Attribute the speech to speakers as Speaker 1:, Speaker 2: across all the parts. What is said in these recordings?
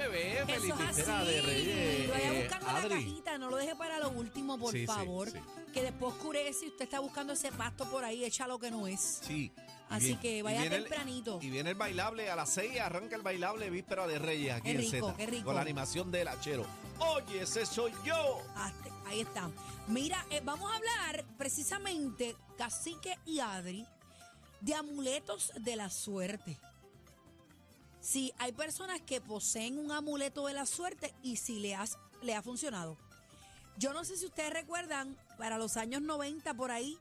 Speaker 1: Adri,
Speaker 2: eso es
Speaker 1: Tintera
Speaker 2: así.
Speaker 1: de Reyes.
Speaker 2: Vaya
Speaker 1: Eh,
Speaker 2: buscando la
Speaker 1: Adri.
Speaker 2: cajita, no lo deje para lo último, por
Speaker 1: Sí, sí,
Speaker 2: favor.
Speaker 1: sí.
Speaker 2: Que después oscurece y usted está buscando ese pasto por ahí, echa lo que no es.
Speaker 1: Sí. y
Speaker 2: Así
Speaker 1: bien-
Speaker 2: que
Speaker 1: y
Speaker 2: vaya
Speaker 1: viene el-
Speaker 2: tempranito.
Speaker 1: y viene el bailable a las 6, arranca el bailable víspera de Reyes aquí
Speaker 2: Qué
Speaker 1: en
Speaker 2: rico,
Speaker 1: Zeta,
Speaker 2: qué rico.
Speaker 1: Con la animación del hachero. Oye, ese soy yo.
Speaker 2: Hazte- Ahí está. Mira, eh, vamos a hablar precisamente, Cacique y Adri, de amuletos de la suerte. Sí, hay personas que poseen un amuleto de la suerte y si le, has- le ha funcionado. Yo no sé si ustedes recuerdan, para los años 90 por ahí,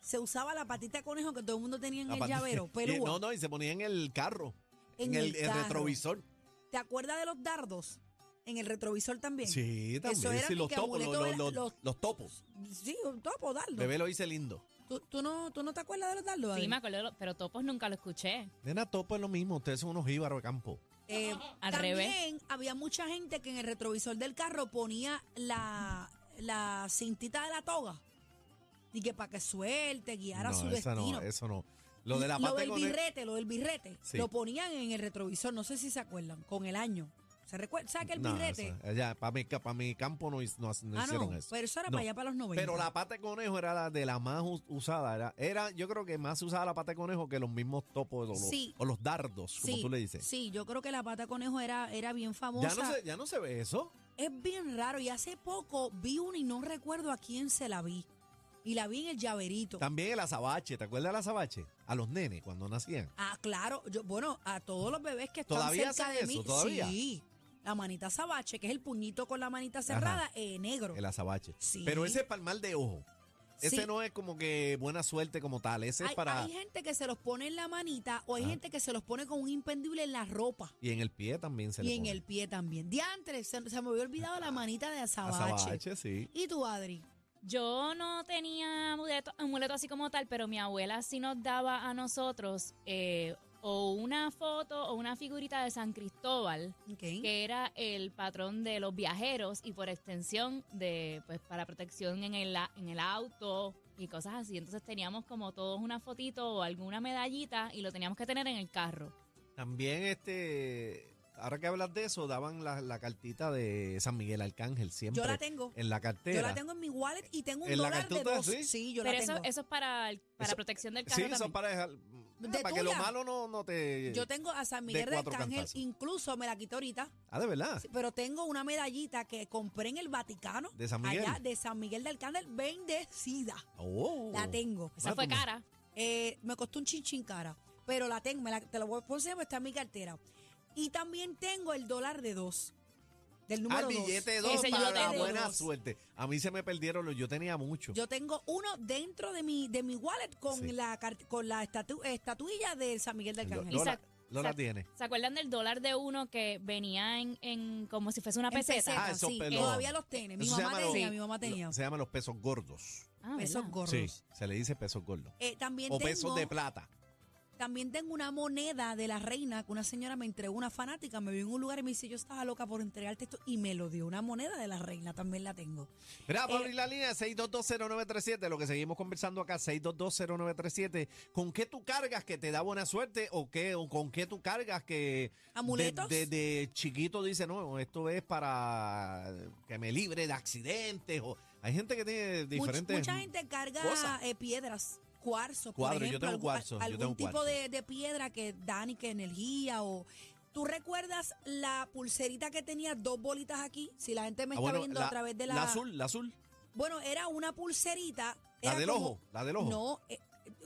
Speaker 2: se usaba la patita de conejo que todo el mundo tenía en el
Speaker 1: Aparte-
Speaker 2: llavero,
Speaker 1: Y-
Speaker 2: pelúa.
Speaker 1: No, no, y se ponía en el carro.
Speaker 2: En
Speaker 1: En, el,
Speaker 2: el
Speaker 1: el
Speaker 2: carro.
Speaker 1: retrovisor.
Speaker 2: ¿Te acuerdas de los dardos? En el retrovisor también.
Speaker 1: Sí, también.
Speaker 2: Eso era
Speaker 1: sí, los
Speaker 2: que
Speaker 1: topos.
Speaker 2: amuleto
Speaker 1: Los,
Speaker 2: era-
Speaker 1: los-
Speaker 2: los-
Speaker 1: los topos.
Speaker 2: Sí, un topo, dardo.
Speaker 1: Bebé lo hice lindo.
Speaker 2: ¿Tú, tú no, ¿Tú no te acuerdas de los dardos?
Speaker 3: Sí,
Speaker 2: Adri?
Speaker 3: me acuerdo, de lo- pero topos nunca lo escuché.
Speaker 1: Nena, topo es lo mismo. Ustedes son unos íbaros de campo.
Speaker 2: Eh,
Speaker 3: Al
Speaker 2: también
Speaker 3: revés.
Speaker 2: había mucha gente que en el retrovisor del carro ponía la, la cintita de la toga. Y que para que suelte, guiara su
Speaker 1: esa
Speaker 2: destino.
Speaker 1: no, eso no. Lo de la
Speaker 2: lo
Speaker 1: pata
Speaker 2: del
Speaker 1: con el-
Speaker 2: birrete, lo del birrete.
Speaker 1: Sí.
Speaker 2: Lo ponían en el retrovisor, no sé si se acuerdan, con el año. ¿Se recuerda? ¿Sabe que el
Speaker 1: No,
Speaker 2: birrete?
Speaker 1: esa- ya, para mi, ca- pa' mi campo no, hiz- no ha- no
Speaker 2: ah,
Speaker 1: hicieron
Speaker 2: no,
Speaker 1: eso.
Speaker 2: pero eso era
Speaker 1: No.
Speaker 2: para allá, para los 90.
Speaker 1: Pero la pata de conejo era la de la más us- usada. Era, era, yo creo que más se usaba la pata de conejo que los mismos topos o los,
Speaker 2: Sí.
Speaker 1: o los dardos, como
Speaker 2: Sí,
Speaker 1: tú le dices.
Speaker 2: Sí, yo creo que la pata conejo era, era bien famosa.
Speaker 1: Ya no, se, ya no se ve eso.
Speaker 2: Es bien raro y hace poco vi una y no recuerdo a quién se la vi. Y la vi en el llaverito.
Speaker 1: También el azabache, ¿te acuerdas del azabache? A los nenes cuando nacían.
Speaker 2: Ah, claro. Yo, bueno, a todos los bebés que están
Speaker 1: ¿Todavía
Speaker 2: cerca de
Speaker 1: hacen
Speaker 2: mí.
Speaker 1: eso? ¿Todavía?
Speaker 2: Sí. La manita sabache, que es el puñito con la manita cerrada, eh, negro.
Speaker 1: El azabache.
Speaker 2: Sí.
Speaker 1: Pero ese es para el mal de ojo. Ese
Speaker 2: Sí.
Speaker 1: no es como que buena suerte como tal. Ese
Speaker 2: hay,
Speaker 1: es para.
Speaker 2: hay gente que se los pone en la manita o hay
Speaker 1: Ajá.
Speaker 2: gente que se los pone con un impendible en la ropa
Speaker 1: Y en el pie también se le
Speaker 2: y en
Speaker 1: pone. Ah,
Speaker 2: el pie también. Diantre, se, se me había olvidado la manita de azabache.
Speaker 1: Azabache, sí.
Speaker 2: ¿Y tú, Adri?
Speaker 3: Yo no tenía amuleto, amuleto así como tal, pero mi abuela sí nos daba a nosotros eh, o una foto o una figurita de San Cristóbal,
Speaker 2: Ok.
Speaker 3: que era el patrón de los viajeros y por extensión de, pues, para protección en el, a- en el auto y cosas así. Entonces teníamos como todos una fotito o alguna medallita y lo teníamos que tener en el carro.
Speaker 1: También este. Ahora que hablas de eso, daban la, la cartita de San Miguel Arcángel siempre.
Speaker 2: Yo la tengo.
Speaker 1: En la cartera.
Speaker 2: Yo la tengo en mi wallet y tengo un
Speaker 1: ¿En la
Speaker 2: dólar de
Speaker 1: cartuta?
Speaker 2: dos.
Speaker 1: Sí.
Speaker 2: yo
Speaker 3: pero
Speaker 2: la
Speaker 3: eso,
Speaker 2: tengo.
Speaker 3: eso es para, el- para
Speaker 1: Eso-
Speaker 3: protección del carro
Speaker 1: Sí, eso
Speaker 3: también.
Speaker 1: para dejar.
Speaker 2: ¿De
Speaker 1: para que lo
Speaker 2: tuya?
Speaker 1: malo no, no te.
Speaker 2: yo tengo a San Miguel de
Speaker 1: cuatro
Speaker 2: Arcángel,
Speaker 1: cantazos.
Speaker 2: incluso me la quito ahorita.
Speaker 1: Ah, de verdad.
Speaker 2: Sí, pero tengo una medallita que compré en el Vaticano.
Speaker 1: ¿De San Miguel?
Speaker 2: Allá de San Miguel del Cándel, bendecida.
Speaker 1: Oh.
Speaker 2: La tengo.
Speaker 3: Esa fue
Speaker 1: pues,
Speaker 3: cara.
Speaker 2: Eh, me costó un chinchín cara, pero la tengo. me la- te la voy a poner porque está en mi cartera. Y también tengo el dólar de dos. Del
Speaker 1: Al
Speaker 2: número dos.
Speaker 1: Ah, billete de dos
Speaker 3: Ese yo
Speaker 1: para
Speaker 3: lo
Speaker 1: la
Speaker 3: tengo.
Speaker 1: buena
Speaker 2: Dos.
Speaker 1: suerte. A mí se me perdieron los. Yo tenía mucho.
Speaker 2: Yo tengo uno dentro de mi, de mi wallet con
Speaker 1: Sí.
Speaker 2: la cart- con la estatu- estatuilla de San Miguel del
Speaker 1: Lo-
Speaker 2: Cángel.
Speaker 1: Lola,
Speaker 3: Isaac-
Speaker 1: Lola
Speaker 3: Isaac-
Speaker 1: tiene.
Speaker 3: ¿Se acuerdan del dólar de uno que venía en, en como si fuese una
Speaker 2: En
Speaker 3: peseta?
Speaker 2: peseta,
Speaker 1: Ah, esos
Speaker 2: sí.
Speaker 1: pelos.
Speaker 2: Todavía los tiene. Mi
Speaker 1: Eso se
Speaker 2: mamá
Speaker 1: llama lo-
Speaker 2: tenía, mi mamá tenía.
Speaker 1: Lo- se llaman los pesos gordos.
Speaker 3: Ah,
Speaker 2: Pesos
Speaker 3: ¿verdad?
Speaker 2: gordos.
Speaker 1: Sí. Se le dice pesos gordos.
Speaker 2: Eh, también
Speaker 1: O
Speaker 2: tengo,
Speaker 1: pesos de plata.
Speaker 2: También tengo una moneda de la reina que una señora me entregó, una fanática, me vio en un lugar y me dice, yo estaba loca por entregarte esto y me lo dio. Una moneda de la reina también la tengo.
Speaker 1: Mira, para
Speaker 2: Eh,
Speaker 1: abrir la línea 6220937, lo que seguimos conversando acá, 6220937, ¿con qué tú cargas que te da buena suerte o qué o con qué tú cargas que
Speaker 2: ¿Amuletos?
Speaker 1: de, de- de chiquito dice, no, esto es para que me libre de accidentes? o Hay gente que tiene
Speaker 2: Much-
Speaker 1: diferentes...
Speaker 2: mucha gente carga
Speaker 1: cosas.
Speaker 2: eh, piedras, cuarzo, por
Speaker 1: Cuadro, yo
Speaker 2: ejemplo,
Speaker 1: tengo
Speaker 2: algún,
Speaker 1: cuarzo, yo
Speaker 2: algún
Speaker 1: tengo
Speaker 2: tipo
Speaker 1: cuarzo.
Speaker 2: De, de piedra que dan y que energía o... ¿Tú recuerdas la pulserita que tenía dos bolitas aquí? Si la gente me
Speaker 1: Ah,
Speaker 2: está
Speaker 1: bueno,
Speaker 2: viendo a través de la...
Speaker 1: azul, la azul.
Speaker 2: Bueno, era una pulserita.
Speaker 1: La
Speaker 2: era
Speaker 1: del
Speaker 2: como-
Speaker 1: ojo, la del ojo.
Speaker 2: No, eh,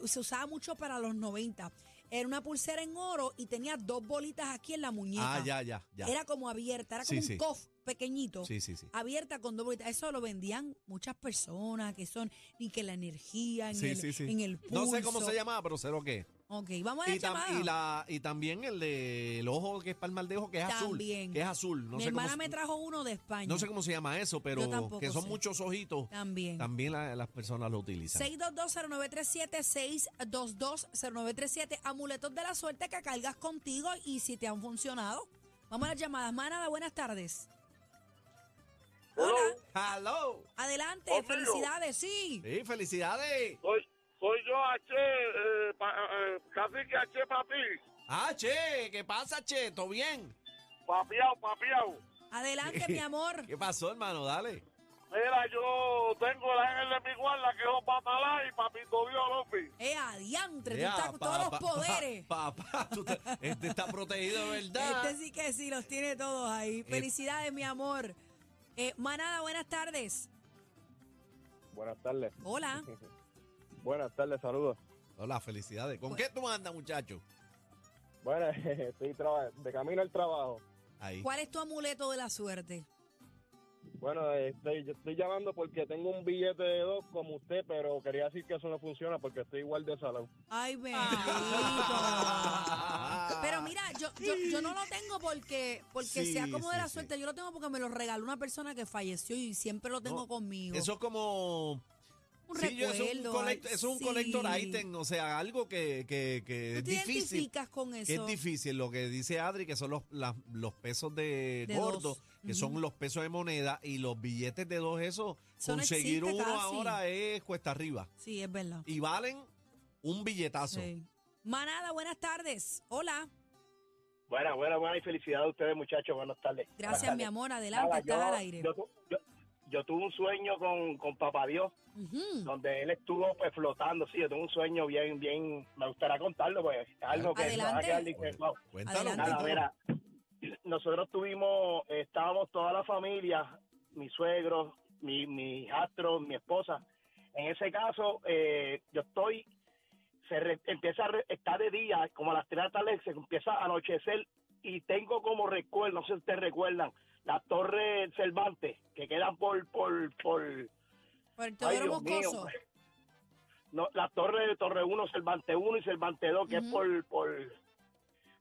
Speaker 2: se usaba mucho para los 90. Era una pulsera en oro y tenía dos bolitas aquí en la muñeca.
Speaker 1: ah, ya, ya, ya.
Speaker 2: Era como abierta, era
Speaker 1: Sí,
Speaker 2: como
Speaker 1: sí.
Speaker 2: un cof pequeñito.
Speaker 1: Sí, sí, sí.
Speaker 2: Abierta con dos bolitas. Eso lo vendían muchas personas que son ni que la energía en,
Speaker 1: Sí,
Speaker 2: el,
Speaker 1: sí, sí.
Speaker 2: en el
Speaker 1: No sé cómo
Speaker 2: pulso.
Speaker 1: se llamaba, pero sé lo que es.
Speaker 2: Ok, vamos a la
Speaker 1: Y, tam-
Speaker 2: llamada.
Speaker 1: y la, y también el del ojo que es para el mal de ojo, que es
Speaker 2: También.
Speaker 1: azul. Que es azul. No
Speaker 2: Mi
Speaker 1: sé cómo
Speaker 2: hermana
Speaker 1: se-
Speaker 2: me trajo uno de España.
Speaker 1: No sé cómo se llama eso, pero
Speaker 2: Yo tampoco
Speaker 1: que son
Speaker 2: sé.
Speaker 1: muchos ojitos.
Speaker 2: También.
Speaker 1: También la- las personas lo utilizan.
Speaker 2: 6220937, 6220937, amuletos de la suerte que cargas contigo y si te han funcionado. Vamos a las llamadas. Manada, buenas tardes.
Speaker 4: Hello.
Speaker 2: Hola,
Speaker 1: ¡Hello!
Speaker 2: adelante,
Speaker 4: Conmigo.
Speaker 2: felicidades, sí.
Speaker 1: Sí, felicidades.
Speaker 4: Soy, soy yo, H, eh, pa- eh, casi que H, papi.
Speaker 1: Ah, che, ¿qué pasa, che? ¿Todo bien?
Speaker 4: papiao, papiao.
Speaker 2: Adelante, mi amor.
Speaker 1: ¿Qué pasó, hermano? Dale.
Speaker 4: Mira, yo tengo el ángel de mi guarda que es Patalá y Papito Dios López.
Speaker 2: Eh, adiantre, tú
Speaker 1: Ya,
Speaker 2: estás con
Speaker 1: pa-
Speaker 2: todos
Speaker 1: pa-
Speaker 2: los poderes.
Speaker 1: pa- Papá, tú te- este está protegido, ¿verdad?
Speaker 2: Este sí que sí, los tiene todos
Speaker 1: Eh.
Speaker 2: ahí. Felicidades, mi amor. Eh, manada, buenas tardes.
Speaker 5: Buenas tardes.
Speaker 2: Hola.
Speaker 5: Buenas tardes, saludos.
Speaker 1: Hola, felicidades. ¿Con qué tú andas, muchacho?
Speaker 5: Bueno, estoy traba- de camino al trabajo.
Speaker 1: Ahí.
Speaker 2: ¿Cuál es tu amuleto de la suerte?
Speaker 5: Bueno, eh, estoy, yo estoy llamando porque tengo un billete de dos como usted, pero quería decir que eso no funciona porque estoy igual de salado.
Speaker 2: Ay, bendito. Pero mira, yo, yo, yo no lo tengo porque, porque
Speaker 1: Sí,
Speaker 2: sea como de
Speaker 1: sí,
Speaker 2: la
Speaker 1: sí.
Speaker 2: suerte, yo lo tengo porque me lo regaló una persona que falleció y siempre lo tengo
Speaker 1: No,
Speaker 2: conmigo.
Speaker 1: Eso es como.
Speaker 2: un
Speaker 1: sí, yo- eso es un,
Speaker 2: recuerdo,
Speaker 1: collect- eso
Speaker 2: ay,
Speaker 1: es un
Speaker 2: sí.
Speaker 1: collector item, o sea, algo que, que, que
Speaker 2: ¿Tú
Speaker 1: es
Speaker 2: te
Speaker 1: difícil.
Speaker 2: identificas con
Speaker 1: que
Speaker 2: eso?
Speaker 1: es difícil lo que dice Adri, que son los, las- los pesos de,
Speaker 2: De
Speaker 1: gordo,
Speaker 2: dos.
Speaker 1: que son
Speaker 2: Ujú.
Speaker 1: los pesos de moneda y los billetes de dos, eso,
Speaker 2: Eso no
Speaker 1: conseguir
Speaker 2: existe
Speaker 1: uno
Speaker 2: casi.
Speaker 1: ahora es cuesta arriba.
Speaker 2: Sí, es verdad.
Speaker 1: Y valen un billetazo.
Speaker 2: Sí. Manada, buenas tardes. Hola.
Speaker 6: Buena, buena, buena y felicidades a ustedes muchachos, buenas tardes. Buenas
Speaker 2: Gracias,
Speaker 6: tardes.
Speaker 2: mi amor. Adelante,
Speaker 6: Nada,
Speaker 2: estás
Speaker 6: yo-
Speaker 2: al aire.
Speaker 6: Yo, tu- yo- yo tuve un sueño con, con Papá Dios,
Speaker 2: Ujú.
Speaker 6: donde él estuvo pues flotando, sí, yo tuve un sueño bien, bien, me gustaría contarlo, pues, es algo que nos va a
Speaker 2: Adelante.
Speaker 6: quedar dice, wow.
Speaker 1: Cuéntalo,
Speaker 2: Adelante.
Speaker 6: Nada,
Speaker 1: cuéntalo.
Speaker 6: mira, nosotros tuvimos, eh, estábamos toda la familia, mi suegro, mi, mi astro, mi esposa. En ese caso, eh, yo estoy, se re- empieza a re- está de día, como a las 3 de la tarde, se empieza a anochecer y tengo como recuerdo, no sé si ustedes recuerdan, la torre Cervantes, que quedan por, por, por,
Speaker 2: Puerto
Speaker 6: Ay,
Speaker 2: Oro
Speaker 6: Dios mío.
Speaker 2: Moscoso.
Speaker 6: no, la torre de Torre 1, Cervantes 1 y Cervantes 2, que
Speaker 2: Ujú.
Speaker 6: es por, por...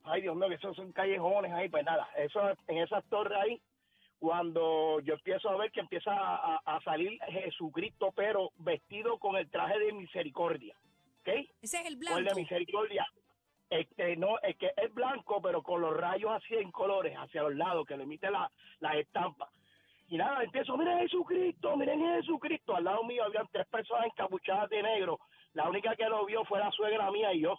Speaker 6: Ay, Dios mío, que esos son callejones ahí, pues nada, eso, en esas torres ahí, cuando yo empiezo a ver que empieza a, a- a salir Jesucristo, pero vestido con el traje de misericordia, ¿ok?
Speaker 2: Ese es el
Speaker 6: Con el de
Speaker 2: blanco.
Speaker 6: misericordia. Este, no, es que es blanco, pero con los rayos así en colores, hacia los lados, que le emite la, la estampa. Y nada, empiezo, miren Jesucristo, miren Jesucristo. Al lado mío habían tres personas encapuchadas de negro. La única que lo vio fue la suegra mía y yo.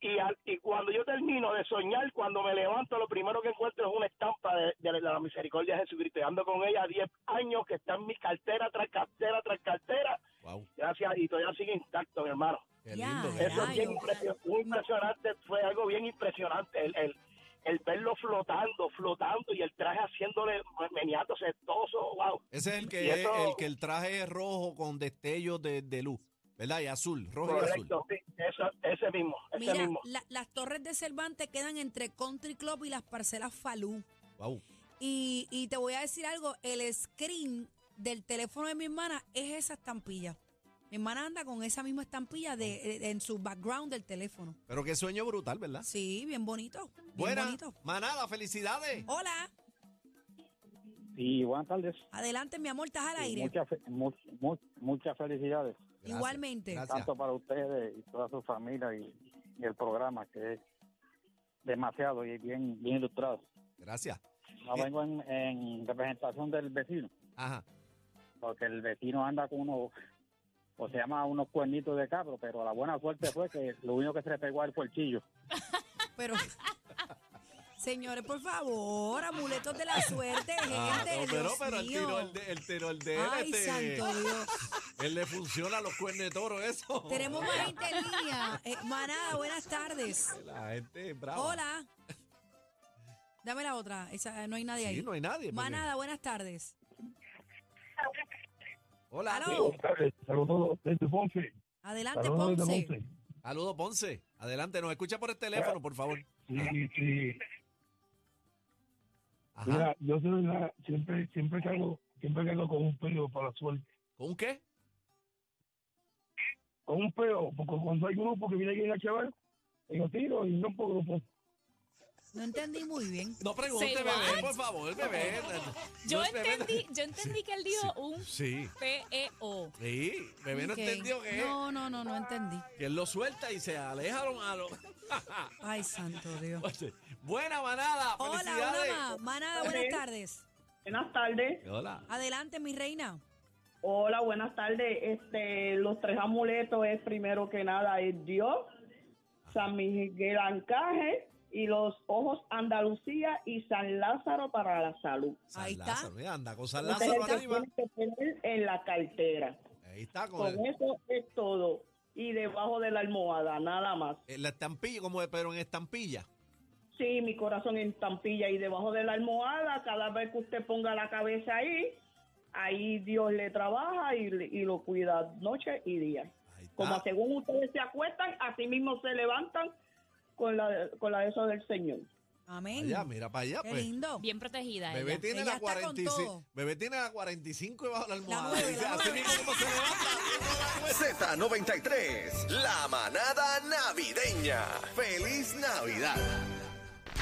Speaker 6: Y, al- y cuando yo termino de soñar, cuando me levanto, lo primero que encuentro es una estampa de, de la misericordia de Jesucristo. Y ando con ella 10 años, que está en mi cartera tras cartera tras cartera.
Speaker 1: Wow,
Speaker 6: Gracias, y todavía sigue intacto, mi hermano.
Speaker 1: qué
Speaker 2: Ya,
Speaker 1: lindo. qué
Speaker 6: Eso es
Speaker 1: lindo.
Speaker 6: bien
Speaker 2: Rayos.
Speaker 6: impresio- muy impresionante, fue algo bien impresionante el, el, el verlo flotando, flotando y el traje haciéndole, meneándose todo eso, wow.
Speaker 1: Ese es el
Speaker 6: Y
Speaker 1: que, es-
Speaker 6: eso-
Speaker 1: el que el traje es rojo con destellos de, de luz, ¿verdad? Y azul, rojo y azul.
Speaker 6: Correcto, sí, eso- ese mismo, ese
Speaker 2: Mira,
Speaker 6: mismo.
Speaker 2: la- las torres de Cervantes quedan entre Country Club y las parcelas Falú.
Speaker 1: Wow.
Speaker 2: Y, y te voy a decir algo, el screen del teléfono de mi hermana es esa estampilla. Mi hermana anda con esa misma estampilla de, de- en su background del teléfono.
Speaker 1: Pero qué sueño brutal, ¿verdad?
Speaker 2: Sí, bien bonito. Bien
Speaker 1: Ah. Buena,
Speaker 2: bonito.
Speaker 1: manada, felicidades.
Speaker 2: Hola,
Speaker 7: Sí, buenas tardes.
Speaker 2: adelante mi amor, estás al
Speaker 7: Y
Speaker 2: aire.
Speaker 7: mucha fe- mu- mu- muchas felicidades,
Speaker 1: Gracias,
Speaker 2: Igualmente.
Speaker 1: Gracias.
Speaker 7: tanto para ustedes y toda su familia y, y el programa, que es demasiado y bien, bien ilustrado.
Speaker 1: Gracias.
Speaker 7: No
Speaker 1: Bien.
Speaker 7: vengo en, en representación del vecino,
Speaker 1: Ajá.
Speaker 7: porque el vecino anda con unos, o se llama unos cuernitos de cabro, pero la buena suerte fue que lo único que se le pegó al cuerchillo.
Speaker 2: Pero, señores, por favor, amuletos de la suerte, gente.
Speaker 1: Ah, no, pero,
Speaker 2: Dios
Speaker 1: pero el
Speaker 2: mío.
Speaker 1: tiro, el de, el tiro, el de él,
Speaker 2: Ay,
Speaker 1: este,
Speaker 2: santo Dios.
Speaker 1: él le funciona a los cuernos de toro, eso.
Speaker 2: Tenemos más gente en línea. Eh, manada, buenas tardes.
Speaker 1: La gente es brava.
Speaker 2: Hola. Dame la otra. Esa, eh, no hay nadie
Speaker 1: Sí,
Speaker 2: ahí.
Speaker 1: no hay nadie. porque-
Speaker 2: Manada, buenas tardes.
Speaker 1: Hola.
Speaker 2: Aló.
Speaker 4: Saludos desde Ponce.
Speaker 2: Adelante, Ponce.
Speaker 1: Saludos, Ponce. Adelante, nos escucha por el teléfono, por favor.
Speaker 4: Sí, sí.
Speaker 1: Ajá.
Speaker 4: yo soy la, siempre, siempre cargo, siempre cargo con un pelo para la suerte.
Speaker 1: ¿Con qué?
Speaker 4: Con un pelo, porque cuando hay grupo que viene aquí una chaval, yo tiro y no por grupo.
Speaker 2: No entendí muy bien.
Speaker 1: No pregunte,
Speaker 3: Say
Speaker 1: bebé,
Speaker 3: what?
Speaker 1: por favor, bebé.
Speaker 3: Yo
Speaker 1: No, bebé,
Speaker 3: entendí, yo entendí que él dijo un E
Speaker 1: Sí.
Speaker 3: PEO.
Speaker 1: Sí, bebé no
Speaker 2: Ok.
Speaker 1: entendió que,
Speaker 2: No, no, no, no entendí.
Speaker 1: que él lo suelta y se alejaron a lo.
Speaker 2: Ay, santo Dios.
Speaker 1: Buena manada,
Speaker 2: Hola,
Speaker 1: felicidades.
Speaker 2: una más. Manada, buenas tardes.
Speaker 8: Buenas tardes.
Speaker 1: Hola.
Speaker 2: Adelante, mi reina.
Speaker 8: Hola, buenas tardes. Este, los tres amuletos es primero que nada es Dios, San Miguel Ancaje y los ojos Andalucía y San Lázaro para la salud.
Speaker 1: San
Speaker 2: Ahí está.
Speaker 1: Lázaro, mira, anda con San
Speaker 8: Usted es el
Speaker 1: Lázaro
Speaker 8: que
Speaker 1: arriba.
Speaker 8: tiene que tener en la cartera.
Speaker 1: Ahí está con,
Speaker 8: Con
Speaker 1: el,
Speaker 8: eso es todo. Y debajo de la almohada, nada más.
Speaker 1: la estampilla, como de- pero en estampilla.
Speaker 8: Sí, mi corazón en tampilla y debajo de la almohada, cada vez que usted ponga la cabeza ahí, ahí Dios le trabaja y, le- y lo cuida noche y día.
Speaker 1: Ahí está.
Speaker 8: Como según ustedes se acuestan, así mismo se levantan con la, con la de eso del Señor.
Speaker 2: Amén.
Speaker 1: Allá, mira para allá,
Speaker 2: Qué
Speaker 1: pues.
Speaker 2: lindo.
Speaker 3: Bien protegida.
Speaker 1: Bebé
Speaker 3: ella.
Speaker 1: tiene,
Speaker 2: Ella
Speaker 1: la
Speaker 2: está con
Speaker 1: 45,
Speaker 2: todo.
Speaker 1: bebé tiene la 45 y bajo la almohada.
Speaker 2: mueve,
Speaker 1: Dice,
Speaker 2: la
Speaker 1: así
Speaker 2: mueve.
Speaker 1: mismo como se levanta.
Speaker 9: Z93, la manada navideña. ¡Feliz Navidad!